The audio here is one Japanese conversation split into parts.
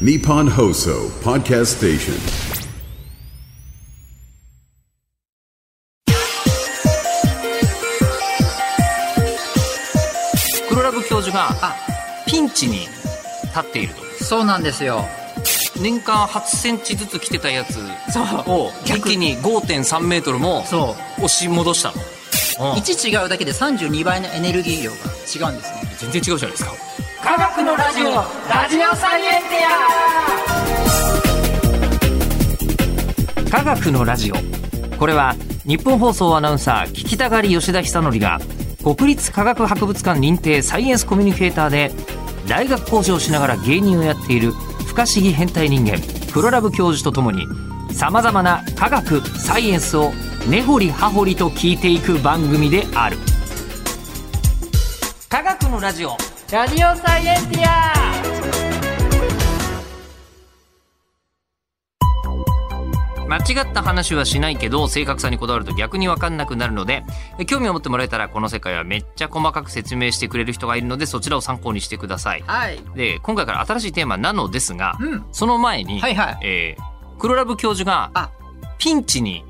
Nippon Hoso Podcast Station. 黒ラブ教授がピンチに立っているとそうなんですよ年間8センチずつ来てたやつそうを一逆気に5.3メートルもそ押し戻したの、うん1違うだけで32倍のエネルギー量が違うんですね全然違うじゃないですか科学のラジオラジオサイエンテ科学のラジオこれは日本放送アナウンサー聞きたがり吉田久典が国立科学博物館認定サイエンスコミュニケーターで大学講師をしながら芸人をやっている不可思議変態人間プロラブ教授とともにさまざまな科学サイエンスを根掘り葉掘りと聞いていく番組である科学のラジオィアラジオサイエンティア間違った話はしないけど正確さにこだわると逆に分かんなくなるのでえ興味を持ってもらえたらこの世界はめっちゃ細かく説明してくれる人がいるのでそちらを参考にしてください。はいで今回から新しいテーマなのですが、うんその前に、はいはいえー黒ラブ教授があピンチに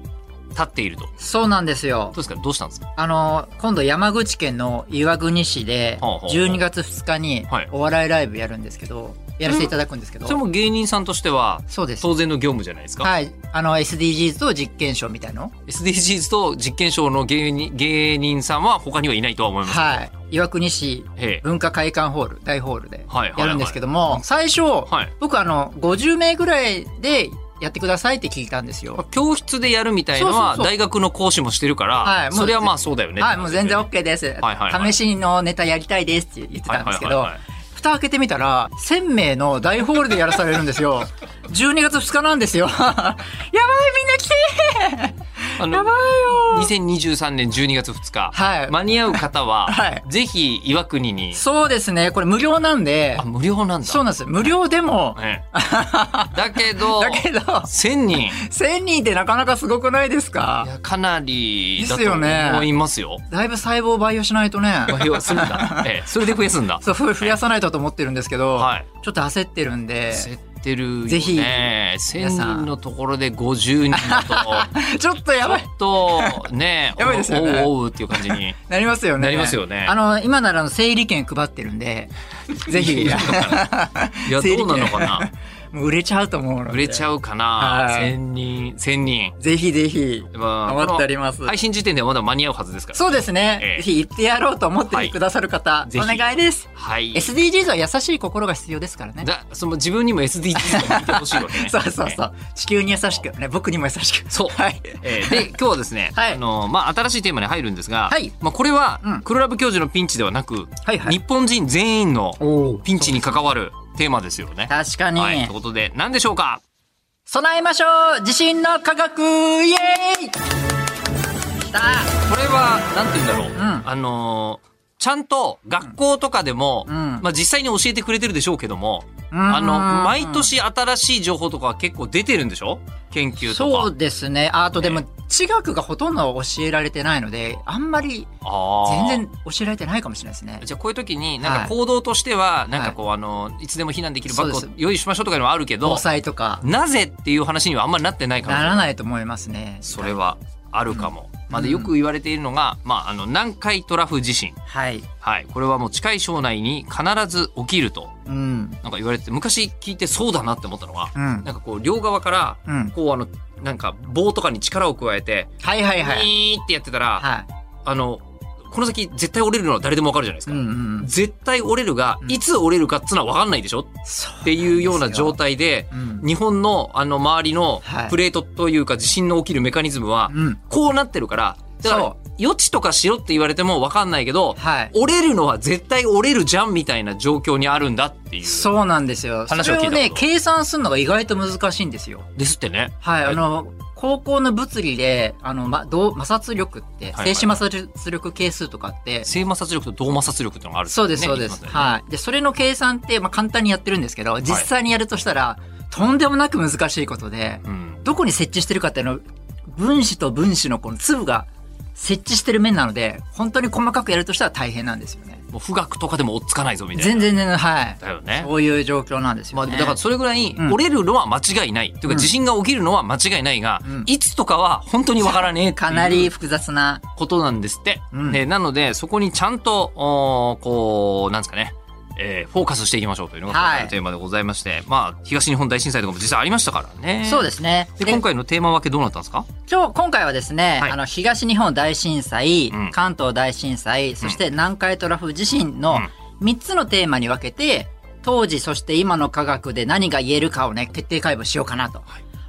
立っていると。どそうなんですようですかどうしたんですかあの今度山口県の岩国市ではあはあはあ12月2日にはいお笑いライブやるんですけどやらせていただくんですけどそれも芸人さんとしてはそうです当然の業務じゃないですか、はいあの SDGs と実験賞みたいの SDGs と実験賞の芸人芸人さんは他にはいないとは思います。はい岩国市ええ文化会館ホール大ホールではいはいはいやるんですけども、最初、い僕あの50名ぐらいでやってくださいって聞いたんですよ。教室でやるみたいのそうそはうそう大学の講師もしてるから、はいもうそれはまあそうだよね。はい、もう全然 OK です、はいはいはい試しのネタやりたいですって言ってたんですけはいど、はいはいはい蓋開けてみたら、1000名の大ホールでやらされるんですよ。12月2日なんですよ。や ばい、みんな来てあのやばいよ2023年12月2日、はい間に合う方は、 はいぜひ岩国に、そうですね、これ無料なんであ、、無料なんだ。そうなんです。無料でも、ねだけど、 だけど、 1000人、い 1000人ってなかなかすごくないですかやかなりだとですよね思いますよ。だいぶ細胞培養しないとね。要はするんだ、 ええそれで増やすんだ。そう、ふ増やさないとと思ってるんですけど、はいちょっと焦ってるんで、焦ってるよね。ぜひ1000皆さん人のところで50人だと、ちょっとやばいち。ょっとね、 やばいですよねおうおうっていう感じに。なりますよね。なりますよねあの、今ならあの整理券配ってる んで、ぜひ。いやいや、整理ど券うなのかな もう売れちゃうと思うので。売れちう。ゃうかはな、い千人、千人。ぜひぜひ。ま余っておりますこの配信時点ではまだ間に合うはずですから。そうですね。ええぜひ行ってやろうと思ってはいくださる方、ぜひお願いです。はい。 SDGs は優しい心が必要ですからね。だその自分にも SDGs を見てほしいわけね。 そうそうそね。う。地球に優しく、ね、僕にも優しく。そう はい。えーで今日はですね、はいあのまあ、新しいテーマに入るんですが、はいまあ、これは、うんクロラブ教授のピンチではなく、はいはい日本人全員のおピンチに関わるテーマですよね。確かに、はい、ということで何でしょうか備えましょう地震の科学イエーイさあこれはなんて言うんだろう、んあのーちゃんと学校とかでも、まんあ、実際に教えてくれてるでしょうけども、うんあの毎年新しい情報とかは結構出てるんでしょ研究とか。そうですね。ああとでも、え地学がほとんど教えられてないので、あんまりあー全然教えられてないかもしれないですね。じゃあこういう時になんはかい行動としてはなんかこうあのいつでも避難できるバッグそうをで用意しましょうとかいうのはあるけど防災とか、なぜっていう話にはあんまりなってないかもしなれらないないと思いますね。それはあるかも、まあでうんよく言われているのが、まあ、あの南海トラフ地震、はい。はい、これはもう近い将来に必ず起きるとうん。なんか言われて昔聞いてそうだなって思ったのが、うん。なんかこう両側からうん。こうあのなんか棒とかに力を加えてはいはいニはい。ーってやってたら、はい。あのこの先絶対折れるのは誰でもわかるじゃないですうか。んうん。絶対折れるが、うんいつ折れるかっつうのは分かんないでしょっそうていうような状態態。で、うん。日本のあの周りのはいプレートというか地震の起きるメカニズムは、うん。こうなってるから、だかそら予知とかしろって言われても分かんないけど、はい。折れるのは絶対折れるじゃんみたいな状況にあるんだっていう。そうなんですよ。そ話をれ聞いたをね、こと計算するのが意外と難しいんですよ。ですってね。はい、あの、高校の物理で、あの、ま、どう摩擦力って、はいは静い止摩擦力係数とかって、正摩擦力と同摩擦力ってのがあるってそね、うです、そう言です。いますよねはい。で、それの計算って、まあ、簡単にやってるんですけど、実際にやるとしたら、とんでもなく難しいことで、うん。どこに設置してるかっていうの、分子と分子のこの粒が設置してる面なので本当に細かくやるとしたら大変なんですよねもう富岳とかでも追っつかないぞみたいな全然全然はいだよねそういう状況なんですまよあでね、もだからそれぐらいうん折れるのは間違いない、というか地震が起きるのは間違いないが、うんいつとかは本当にわからねえっていうかなり複雑なことなんですって、うんでなのでそこにちゃんとおーこうなんですかね、えーフォーカスしていきましょうというのが今はい回のテーマでございまして、まあ東日本大震災とかも実際ありましたからねそうですねで今回のテーマ分けどうなったんですか今日今回はですね、はいあの東日本大震災、うん関東大震災そして南海トラフ地震の3つのテーマに分けて当時そして今の科学で何が言えるかをね徹底解剖しようかなと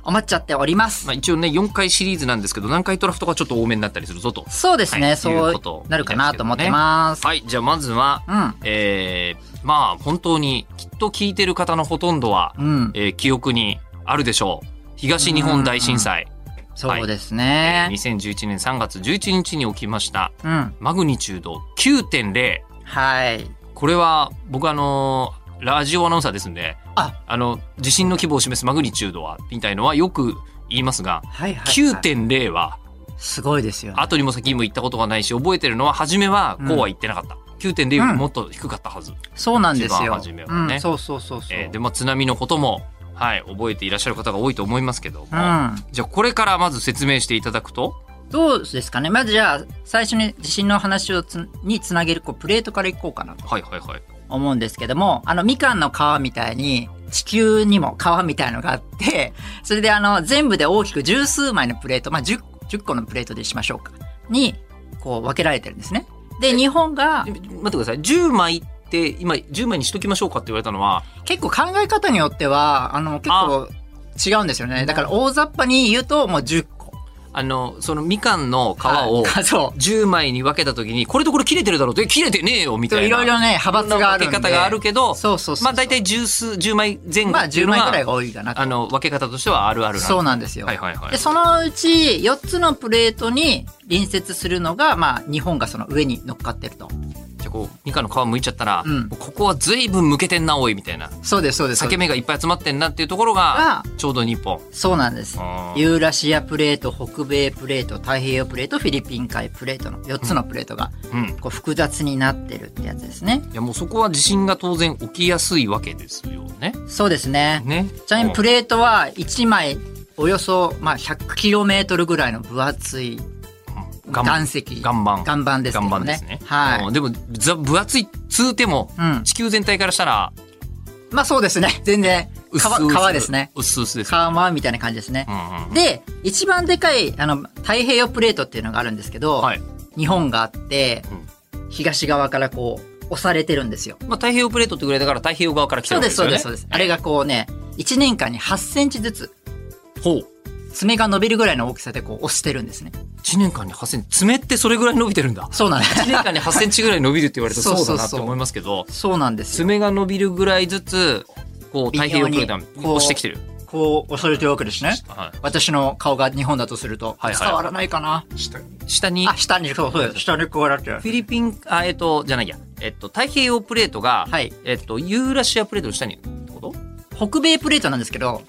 思っちゃっております、まあ一応ね4回シリーズなんですけど何回トラフとかちょっと多めになったりするぞとそうですね、はいそいううことなるかなと思ってます、はいじゃあまずは、えーまあ本当にきっと聞いてる方のほとんどは、うんうんえー記憶にあるでしょう東日本大震災、そうですえーね、 2011年3月11日に起きましたうんマグニチュード9.0はいこれは僕あのーラジオアナウンサーですんでああの地震の規模を示すマグニチュードはみたいのはよく言いますがはいはい、はい、 9.0はすごいですよね後にも先にも言ったことがないし覚えてるのは初めはこうは言ってなかった、9.0よりもっと低かったはず、そうなんです一番よ、初めはうねん、そうそうそうそう、えーでまあ津波のこともはい覚えていらっしゃる方が多いと思いますけども、うんじゃあこれからまず説明していただくとどうですかねまずじゃあ最初に地震の話をつにつなげるこうプレートからいこうかなとはいはいはい思うんですけどもあのみかんの皮みたいに地球にも皮みたいのがあって それであの全部で大きく十数枚のプレート、まあ、10, 10個のプレートでしましょうかにこう分けられてるんですね。で日本がえ待ってください10枚って今10枚にしときましょうかって言われたのは結構考え方によってはあの結構違うんですよねだから大雑把に言うともう10個。あのそのみかんの皮をはいそう10枚に分けた時にこれとこれ切れてるだろうってえ切れてねえよみたいないろいろね派閥があるんで分け方があるけどそうそうそうそうまあ大体10数10枚前後まあっていう10の枚はぐらいが多いかなとあの分け方としてはあるあるそうなんなんですよ。はいはいはいで、そのうち4つのプレートに隣接するのが、まあ、日本がその上に乗っかってると。じゃあこうみかんの皮むいちゃったら、うんここは随分むけてんなおいみたいなそうです、そうです。裂け目がいっぱい集まってんなっていうところがあちょうど日本そうなんですあ。ーユーラシアプレート、北米プレート、太平洋プレート、フィリピン海プレートの4つのプレートが、うんこう、複雑になってるってやつですね。いやもうそこは地震が当然起きやすいわけですよねそうですね。ねちなみにプレートは1枚、およそ、まあ、100km ぐらいの分厚いうん頑張岩石。岩盤岩盤ですけどね。岩盤ですね。はうんい。でも、ざ分厚い、つうても、うん地球全体からしたら、まあ、そうですね。全然、皮、薄々皮ですね。薄々です。カーマみたいな感じですねう。んうんで、一番でかい、あの、太平洋プレートっていうのがあるんですけど、はい。日本があって、東側からこう、押されてるんですよ。まあ、太平洋プレートってぐらいだから太平洋側から来てるそうんでです、すそようでね。す、そうです。あれがこうね、1年間に8センチずつ、ほう。爪が伸びるぐらいの大きさでこう、押してるんですね。 1年間に8センチ。爪ってそれぐらい伸びてるん だ。そうなんです。 1年間に8センチぐらい伸びるって言われるとそうそそうだうそうなって思いますけど、そうなんですよ。爪が伸びるぐらいずつ、こう、太平洋プレートに微妙にこう押してきてる。こう、押されてるわけですね。はい私の顔が日本だとすると、はいはい伝わらないかな。下に、あ、下に、そうそうです。下にこうなってるフィリピン、あ、えっと、じゃないや。えっと、太平洋プレートが、はいえっと、ユーラシアプレートの下に、ってこと北米プレートなんですけど、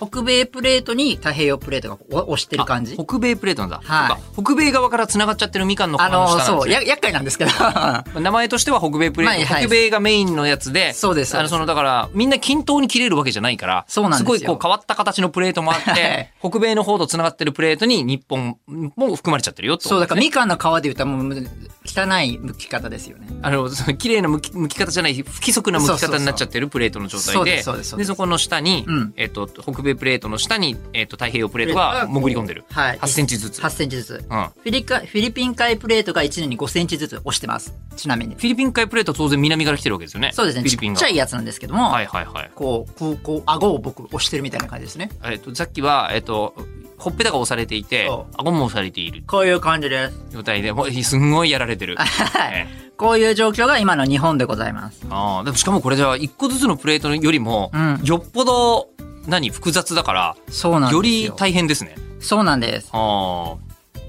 北米プレートに太平洋プレートがお押してる感じ。あ北米プレートなんだ、はいそうか北米側から繋がっちゃってるみかんの皮あのの下なんですそう、ねや、厄介なんです けど。名前としては北米プレート、まあはい北米がメインのやつでそうですあのそのだからみんな均等に切れるわけじゃないからそうなんですよごいこう変わった形のプレートもあって、はい北米の方と繋がってるプレートに日本も含まれちゃってるよってこそう、とだですからねみかんの皮で言ったらもう、汚い剥き方ですよね。あのその綺麗なむきむき方じゃない不規則なむき方になっちゃってるプレートの状態でそうですそうですそうですそこの下に、うんえっと北米プレートの下に、えっと太平洋プレートが潜り込んでる、はい。 8センチずつ、 8センチずつ。うん、フフィリカフィリピン海プレートが1年に5センチずつ押してます。ちなみに。ィリピン海プレートは当然南から来てるわけですよねそうですね。フィちリピンっがちゃいやつなんですけども、はいはいはいこう、こう、こう、顎を僕押してるみたいな感じですね。えっと、さっきは、えっと、ほっぺたが押されていてそ、顎も押されているこういう感じです。状態で、もうすんごいやられてる。はいねこういう状況が今の日本でございます。ああ、でもしかもこれじゃあ、一個ずつのプレートよりもう、んよっぽど、何、複雑だかそうら、なんですよ。より大変ですね。そうなんです。あ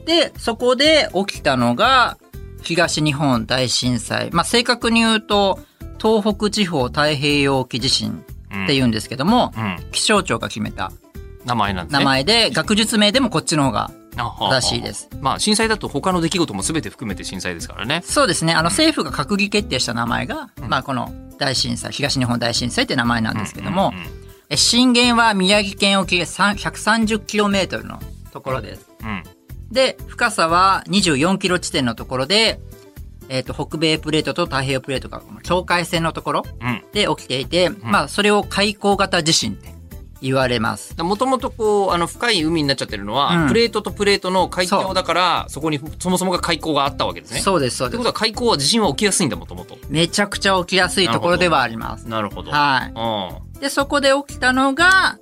で、そこで起きたのが、東日本大震災。まあ、正確に言うと、東北地方太平洋沖地震あ。っていうん。うんですけども、うん。気象庁が決めた名前なんです名ね。前で、学術名でもこっちの方が正正しいです。まあ震災だと他の出来事も全て含めて震災ですからね。そうですね。あの政府が閣議決定した名前が、まあこの大震災、東日本大震災って名前なんですけども、え震源は宮城県沖3 130km のところです。うん。で、深さは24キロ地点のところで、えっ、と、北米プレートと太平洋プレートがこの境界線のところうん。で起きていて、まあそれを海溝型地震って言われます。もともとこう、あの、深い海になっちゃってるのは、うんプレートとプレートの海そ峡うだから、そこにそもそもが海溝があったわけですね。う。そうです、そうってでこすと。は海溝は地震は起きやすいんだ、もともと。めちゃくちゃ起きやすいところではあります。なるほど。はい。うん。で、そこで起きたのが、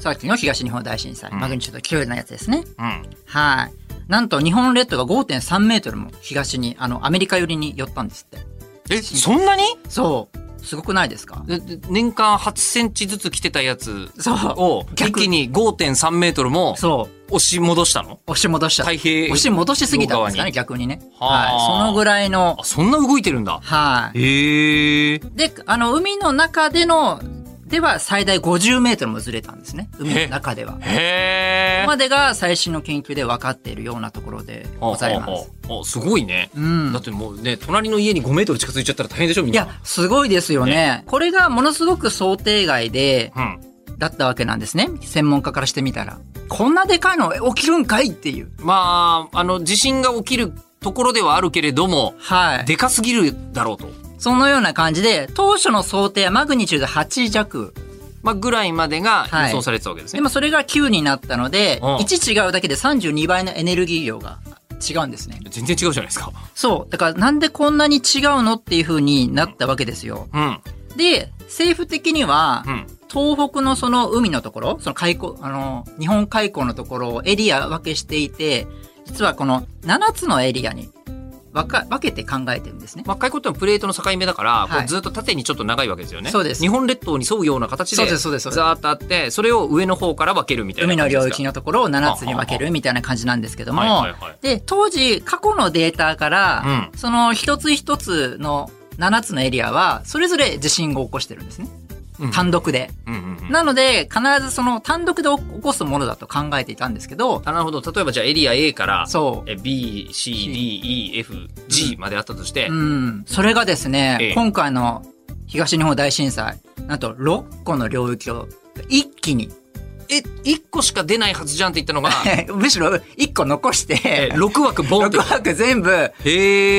さっきの東日本大震災、んマグニチュード9のやつですね。うん。はい。なんと日本列島が5.3メートルも東に、あの、アメリカ寄りに寄ったんですって。え、そんなにそう。すごくないですかでで年間8センチずつ来てたやつそう。を、一逆気に5.3メートルもそう。押し戻したの押し戻した。太平洋押し戻しすぎたんですか側ね、に逆にね。はあはい。そのぐらいのあ、、そんな動いてるんだ。はい。へえ。で、あの、海の中での、では最大50メートルもずれたんですね。海の中では。こへこえ。までが最新の研究で分かっているようなところでございます。ああああすごいね。うんだってもうね、隣の家に5メートル近づいちゃったら大変でしょ、みんいな。や、すごいですよね。これがものすごく想定外で、うん。だったわけなんですね。専門家からしてみたら。こんなでかいの起きるんかいっていう。まあ、あの、地震が起きるところではあるけれども、はい。でかすぎるだろうと。そのような感じで、当初の想定はマグニチュード8弱。まあ、ぐらいまでがはい予想されてたわけですね。でもそれが9になったので、うん1違うだけで32倍のエネルギー量が違うんですね。全然違うじゃないですか。そう。だからなんでこんなに違うのっていう風になったわけですよ。うん。で、政府的にはう、ん。東北のその海のところ、その海溝、あの、日本海溝のところをエリア分けしていて、実はこの7つのエリアに分か、分けて考えてるんですね。まあ、海溝ってのはプレートの境目だから、はいこうずっと縦にちょっと長いわけですよね。そうです日本列島に沿うような形で、そうですそうですそうですザーッとあって、それを上の方から分けるみたいな海の感じです領か。域のところを7つに分けるみたいな感じなんですけども、はいはいはい。で、当時過去のデータから、その一つ一つの7つのエリアは、それぞれ地震を起こしてるんですね。うん単独で。うんうんうんなので、必ずその単独で起こすものだと考えていたんですけど、あなるほど。例えばじゃあエリア A から、そう。え B、C、D、E、F、G まであったとして、うん、それがですね、ええ今回の東日本大震災、なんと6個の領域を一気に、 え、1個しか出ないはずじゃんって言ったのが、むしろ1個残しえて、 6枠ボンっ6て。枠全部、へ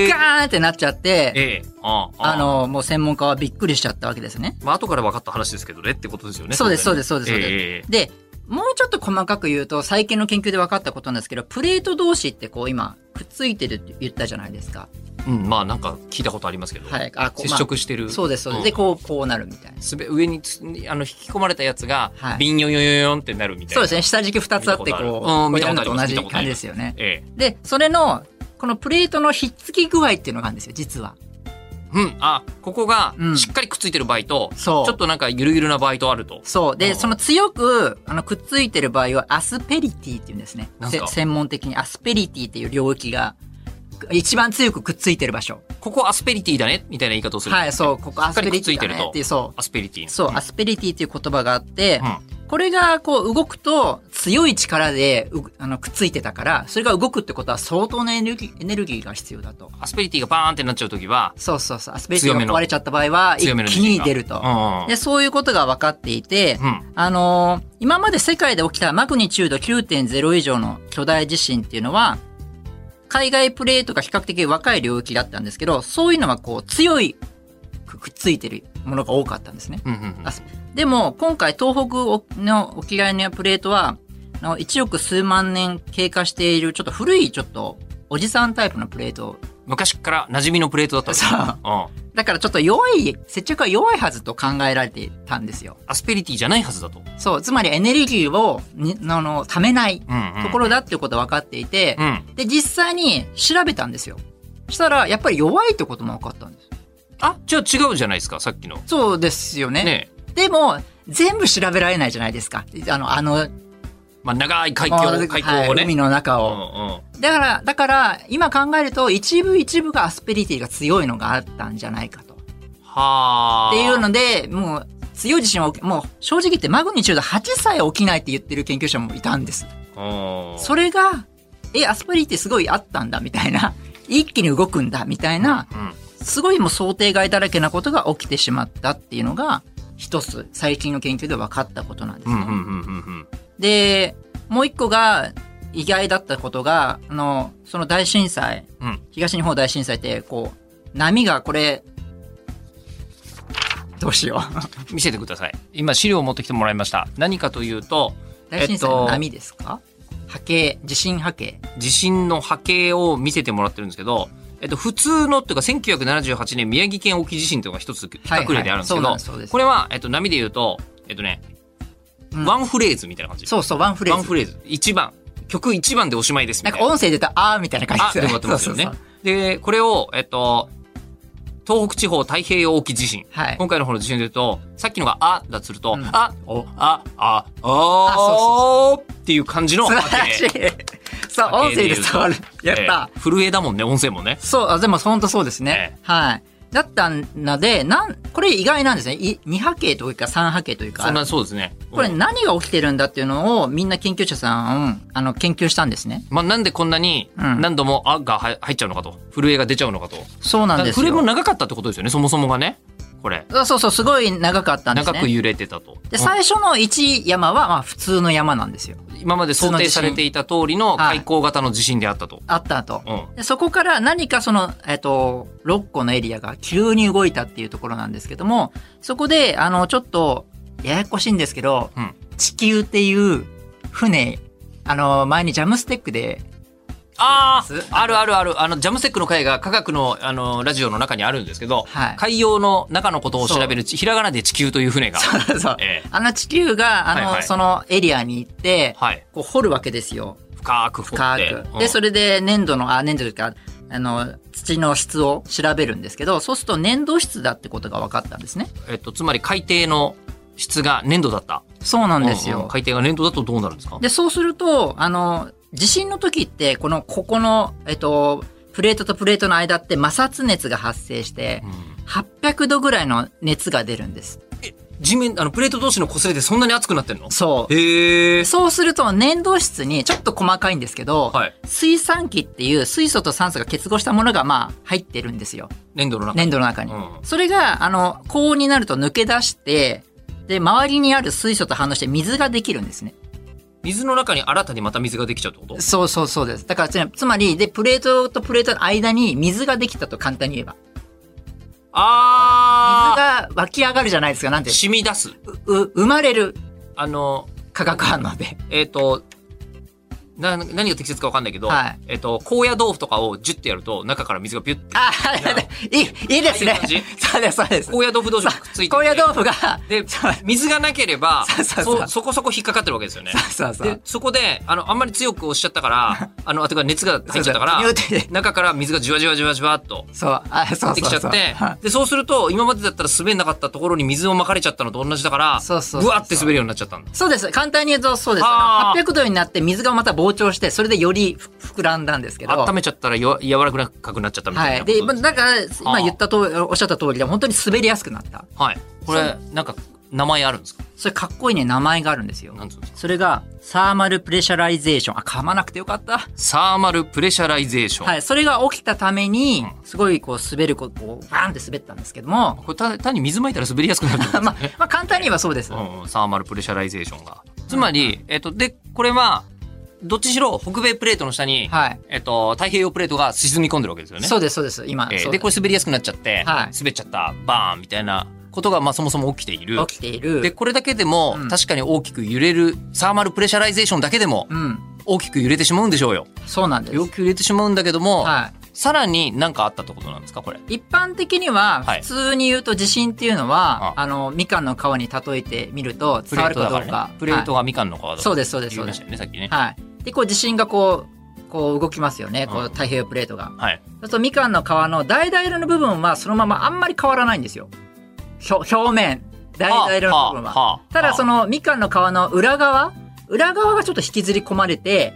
え。ガーンってなっちゃって、ええ。あああ、の、もう専門家はびっくりしちゃったわけですね。まあ後から分かった話ですけどねってことですよね。そうです、そうでです、そうです、そうです。ええで、もうちょっと細かく言うと、最近の研究で分かったことなんですけど、プレート同士ってこう今、くっついてるって言ったじゃないですか。うん、まあなんか聞いたことありますけど。はい。あ、こう接触してる。まあそうです、そうです。んで、こう、こうなるみたいな。すべ上につあの引き込まれたやつが、はいビンヨヨヨヨンってなるみたいそうな。ですね。下敷き2つあって、こう、こう見やたることのあるとうん見たこ同じとあります感じですよね。ええ。で、それの、このプレートのひっつき具合っていうのがあるんですよ、実は。うん。あ、ここがうんしっかりくっついてる場合と、そうちょっとなんかゆるゆるな場合とあると。そう。あで、あその強く、あの、くっついてる場合は、アスペリティっていうんですねなん。すせか専門的にアスペリティっていう領域が、一番強くくっついてる場所。ここアスペリティだねみたいな言い方をする。はい、そう、ここしアっかスりペくっリつテいィてだるねとっていう、そう。アスペリティ。そう、アスペリティっていう言葉があって、うこれがこう動くと強い力でうあのくっついてたから、それが動くってことは相当なエネルギーエネルギーが必要だと。ん。アスペリティがバーンってなっちゃうときは、そうそうそう。アスペリティ強がめの壊れちゃった場合は、一強めの気に出ると。うんで、そういうことが分かっていて、うんあのー今まで世界で起きたマグニチュード9.0以上の巨大地震っていうのは、海外プレートが比較的若い領域だったんですけど、そういうのはこう強いくくっついてるものが多かったんですね。うんうんうんあでも、今回東北の沖合のプレートは、あの1億数万年経過している、ちょっと古い、ちょっと、おじさんタイプのプレート。昔から馴染みのプレートだったんですそよ。う。うんだからちょっと弱い、接着が弱いはずと考えられていたんですよ。アスペリティじゃないはずだと。そう、つまりエネルギーをに、あの、ためないうんうんところだっていうことが分かっていてう、ん。で、実際に調べたんですよ。したら、やっぱり弱いってことも分かったんです。あ、じゃあ違うじゃないですか、さっきの。そうですよね。ねでも、全部調べられないじゃないですか。あの、あの、まあ、長い海峡、もう海峡をはいね。海の中うを。んうん。だから、だから、今考えると、一部一部がアスペリティが強いのがあったんじゃないかと。っはあ。ていうので、もう、強い地震は起き、もう、正直言ってマグニチュード8さえ起きないって言ってる研究者もいたんです。うん。それが、え、アスパリってすごいあったんだみたいな、一気に動くんだみたいな、すごいもう想定外だらけなことが起きてしまったっていうのが、一つ最近の研究で分かったことなんですね。で、もう一個が意外だったことが、あの、その大震災、うん東日本大震災って、こう、波がこれ、どう しよう。見せてください今資料を持ってきてもらいました何かというと大震災の波ですか、波形、地震波形。地震の波形を見せてもらってるんですけど、えっと、普通のっていうか1978年宮城県沖地震というのが一つ比較例であるんですけはどいはいそうなんですそうですこれは、えっと、波で言うと、えっとね、うんワンフレーズみたいな感じそうそう、ワンフレーワズ。ンフレーズ1番曲1番でおしまいですみなんたいかな音声出たら、あーみたいな感じあでもやってますよねそうそうでこれを、えっと、東北地方太平洋沖地震そうはい。今回の方の地震で言うとさっきのが「あ」だとすると「うんあおあああそーっていう感じの素波晴らし形い。そう、音声で伝わる。やっえた。ー震えだもんね音声もねそう、あでも本当そうですね。えはい。だったので、なん、これ意外なんですね。い2波形というか3波形というそんなか、そうですねこれ何が起きてるんだっていうのをみんな研究者さん、あの、研究したんですね。まあ、なんでこんなにうん何度も「あ」がは入っちゃうのかと震えが出ちゃうのかとそうなんです震えもよ。長かったってことですよねそもそもがねこれあそうそう、すごい長かったんです長ね。く揺れてたと、で、最初の1山は、まあ普通の山なんですよ。今まで想定されていた通りの開口型の地震であったと、あった後。うんでそこから何かその、えっと、6個のエリアが急に動いたっていうところなんですけども、そこで、あの、ちょっと、ややこしいんですけど、うん地球っていう船、あの、前にジャムステックで、 あそうですああるあるあるあのジャムセックの会が科学のあのラジオの中にあるんですけど、はい海洋の中のことを調べるひらがなで地球という船がそうええあの地球が、あの、はいはいそのエリアに行って、はいこう掘るわけですよ。深く掘っ科て学。うで、んそれで粘土の、あ、粘土というか、あの、土の質を調べるんですけど、そうすると粘土質だってことが分かったんですね。えっと、つまり海底の質が粘土だったそうなんですよ。うんうん海底が粘土だとどうなるんですかで、そうすると、あの、地震の時って、この、ここの、えっと、プレートとプレートの間って摩擦熱が発生して、800度ぐらいの熱が出るんです。地面あのプレート同士の擦れでそんなに熱くなってるのそへえう。そうすると、粘土質に、ちょっと細かいんですけど、はい水酸基っていう水素と酸素が結合したものが、まあ、入ってるんですよ。粘土の中粘土の中に。うんそれが、あの、高温になると抜け出して、で、周りにある水素と反応して水ができるんですね。水の中に新たにまた水ができちゃうってことそうそうそうです。だからつまり、つまり、で、プレートとプレートの間に水ができたと簡単に言えば。水あが湧き上がるじゃないですか、なんてあ。染み出すう、う生まれるあの化学反応で。えっ、とな何が適切か分かんないけど、はいえっと高野豆腐とかをジュッてやると中から水がビュッてあ、いい、いいですあねいい感じ。そうです、そうです。高野豆腐同士がくっついてて高野豆腐が、でそう水がなければそうそうそうそそこそこ引っかかってるわけですよねそうそうそうで。そこであのあんまり強く押しちゃったから あのあてか熱が入っちゃったからそうそうニューって中から水がじわじわじわじわっとそう、あ、そうそうそう。できちゃってはいでそうすると今までだったら滑んなかったところに水をまかれちゃったのと同じだからそうそうそうぶわって滑るようになっちゃったんだそうです。簡単に言うとそうです。あー800度になって水がまた膨張して、それでよりふ膨らんだんですけど。温めちゃったらよ柔らかくなっちゃったみたはい。ないことで、ですまねだから、今言ったとおおっしゃった通りで、本当に滑りやすくなった。はいこれなんか名前あるんですかそれかっこいいね、名前があるんですよ。なんつうんですかそれが、サーマルプレシャライゼーション。あ、噛まなくてよかった。サーマルプレシャライゼーション、はい。それが起きたために、すごいこう滑る、こう、こうバーンって滑ったんですけ ども、これた単に水まいたら滑りやすくなるってことです まあね、まあ簡単に言えばそうです。うんうん、サーマルプレシャライゼーションが。つまり、えっと、で、これは、どっちしろ北米プレートの下に、はいえっと、太平洋プレートが沈み込んでるわけですよね。そうです、そうです。今、えーそうで、これ滑りやすくなっちゃって、はい滑っちゃった、バーンみたいなことが、まあそもそも起きている。起きていで、る。これだけでも、うん確かに大きく揺れる、サーマルプレシャライゼーションだけでもう、ん。大きく揺れてしまうんでしょうよ。そうなんです。よく揺れてしまうんだけども、はさらに何かあったってことなんですか、これ。い。一般的には、はい普通に言うと地震っていうのは、ああの、みかんの皮に例えてみるとプ伝レわーるトかだどか、。うからね。プレートはがみかんの皮だとい。そうです、そうです、言そういまでしすた。よね、さっきね。はい。で、こう地震がこう、こう動きますよね。こうんう太平洋プレートが。はい。そうするとみかんの皮の橙色の部分はそのままあんまり変わらないんですよ。ひょ表面、はあは橙色の部分あははあ。ただそのみかんの皮の裏側、裏側がちょっと引きずり込まれて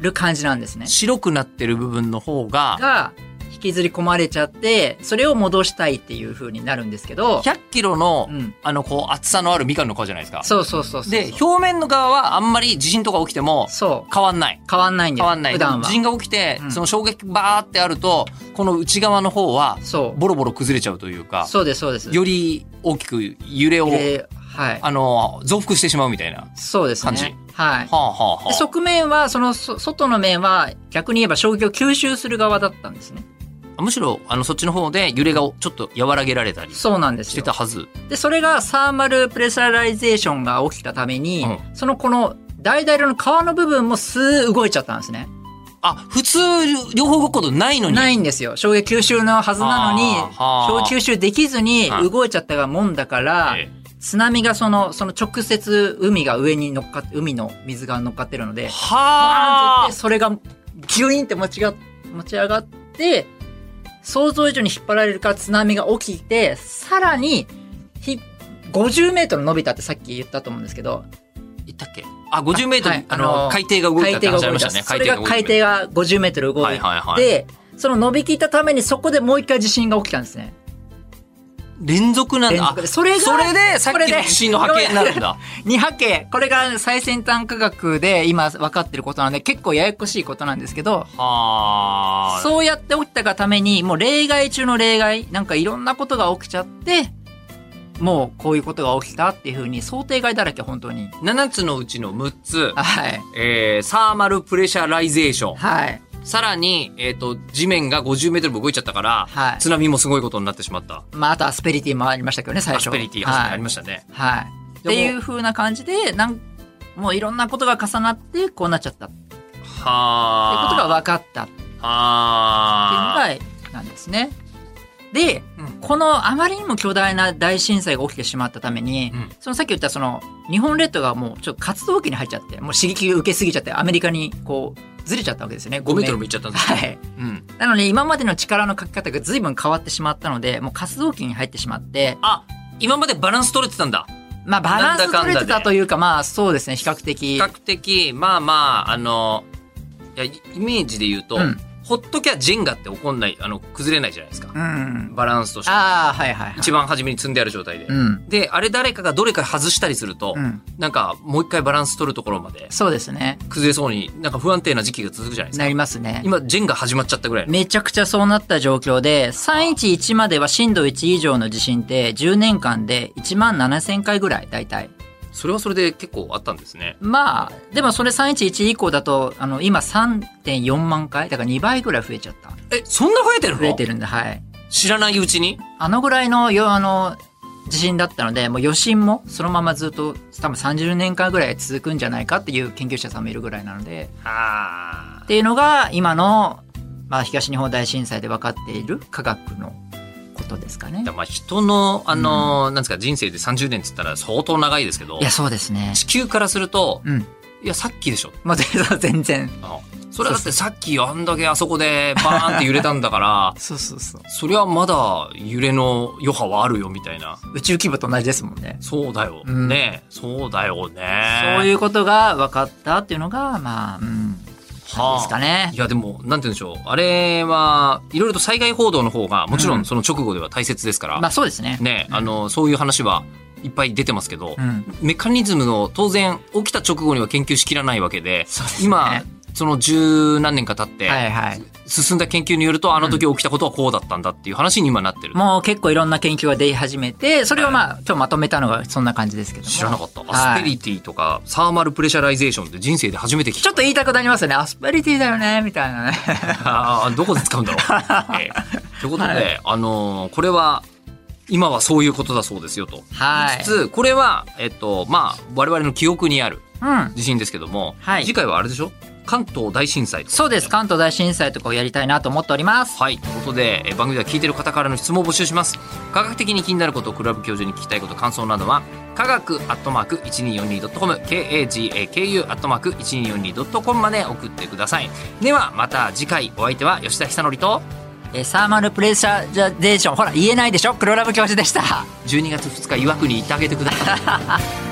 る感じなんですね。白くなってる部分の方が、が、引き引きずり込まれちゃって、それを戻したいっていう風になるんですけど、 100キロの、うんあの、こう、厚さのあるみかんの皮じゃないですか。そうそうそうそう。で、表面の側はあんまり地震とか起きてもそう。変わんない。変わんないんです変わんない。普段は地。震が起きて、うんその衝撃バーってあると、この内側の方は、そう。ボロボロ崩れちゃうというか、そうです、そうです。より大きく揺れを、ではい。あの、増幅してしまうみたいな。はそうです感じね。はい。あ、はあはであ、側面は、その、そ外の面は、逆に言えば衝撃を吸収する側だったんですね。むしろ、あの、そっちの方で揺れがちょっと和らげられたりしそうなんですてよた。はず。で、それがサーマルプレサライゼーションが起きたために、うそのこの橙色の皮の部分もスー動いちゃったんですね。あ、普通、両方動くことないのに。ないんですよ。衝撃吸収のはずなのにあーは、ー衝撃吸収できずにはい動いちゃったがもんだから、え津波がその、その直接海が上に乗っかって、海の水が乗っかってるのえ、ではバーンって言ってそれがギュインって持ちが持ち上がって想像以上に引っ張られるから津波が起きてさらにひ50メートル伸びたってさっき言ったと思うんですけどあ言ったっけあ、50メートル、はいあの、あの海底が動いたって話ありましたね。それが海底がが50メートル動いはいて、はいはい。その伸びきったためにそこでもう一回地震が起きたんですね連続なん連だ。続でそれがそれで、さっこれきでの地震の波形になるんだ。二波形これが最先端科学で今分かってることなんで結構ややこしいことなんですけどはあ。そうやって起きたがために、もう例外中の例外、なんかいろんなことが起きちゃって、もうこういうことが起きたっていうふうに想定外だらけ、本当に。 7つのうちの6つ、はい。えー、サーマルプレシャライゼーション。はい。さらに、えっ、と、地面が50メートルも動いちゃったから、はい津波もすごいことになってしまった。まあ、あとアスペリティもありましたけどね、最アス初。ペリティは発い、生ありましたね。はい。っていうふうな感じで、なんもういろんなことが重なって、こうなっちゃったっていうこはとがあ。分かったっていうのはあ。が、なんですね。で、うんこのあまりにも巨大な大震災が起きてしまったために、うんそのさっき言ったその日本列島がもうちょっと活動期に入っちゃってもう刺激を受けすぎちゃってアメリカにこうずれちゃったわけですよね5メートルごもめんいっちゃったんですよ。はいうん。なので今までの力のかけ方が随分変わってしまったのでもう活動期に入ってしまってあ、今までバランス取れてたんだ。まあバランス取れなんだかてんだたでというかまあそうですね比較的比較的、まあまあ、あの、いや、イメージで言うと、うんほっときゃジェンガって起こんない、あの、崩れないじゃないですか。うんバランスとして。ああはいはい、はい、一番初めに積んである状態で。うんで、あれ誰かがどれか外したりすると、うんなんかもう一回バランス取るところまでそうですね崩れそうに、なんか不安定な時期が続くじゃないですか。なりますね今、ジェンガ始まっちゃったぐらいの。めちゃくちゃそうなった状況で、311までは震度1以上の地震って10年間で1万7000回ぐらい、大体。それはそれで結構あったんですね。まあ、でもそれ311以降だと、あの、今3.4万回だから2倍ぐらい増えちゃった。え、そんな増えてるの増えてるんで、はい。知らないうちにあのぐらいの、よ、あの、地震だったので、もう余震もそのままずっと多分30年間ぐらい続くんじゃないかっていう研究者さんもいるぐらいなので、あっていうのが今の、まあ東日本大震災で分かっている科学のことですかね。まあ人の、あの、なんですか、人生で30年って言ったら相当長いですけどい、や、そうですね。地球からすると、うん。いや、さっきでしょ。まあ、全然。あのそれはだってさっきあんだけあそこでバーンって揺れたんだから、 そうそうそう。そりゃまだ揺れの余波はあるよみたいな。宇宙規模と同じですもんね。そうだよ。うんねえそうだよね。そういうことが分かったっていうのが、まあ、うん。はあなんですかねい。やでも、なんて言うんでしょう。あれは、いろいろと災害報道の方が、もちろうんんその直後では大切ですから、まあ、そうですね。ねえあの、そういう話はいっぱい出てますけどう、ん。メカニズムの当然起きた直後には研究しきらないわけで、そうですね今、その十何年か経って、はいはい。進んだ研究によると、あの時起きたことはこうだったんだっていう話に今なってる。もう結構いろんな研究が出始めて、それをまあ、今日まとめたのがそんな感じですけども。知らなかった。アはスいペリティとか、サーマルプレシャライゼーションって人生で初めて聞いちたょっ。と言いたくなりますよね。アスパリティだよね、みたい なね。あーどこで使うんだろう。 ええということで、はいあのーこれは、今はそういうことだそうですよと。はいつ。つ、これは、えっと、まあ、我々の記憶にあるうん。地震ですけども、はい次回はあれでしょ関東大震災とかそうです。関東大震災とかをやりたいなと思っております。はい。ということで、えー番組では聞いてる方からの質問を募集します。科学的に気になること、クラブ教授に聞きたいこと、感想などは、科学アットマーク 1242.com、kagaku アットマーク 1242.com まで送ってください。では、また次回、お相手は吉田久典と、えーサーマルプレシャーゼーション、ほら、言えないでしょ黒ラブ教授でした。 12月2日、岩国行ってあげてください。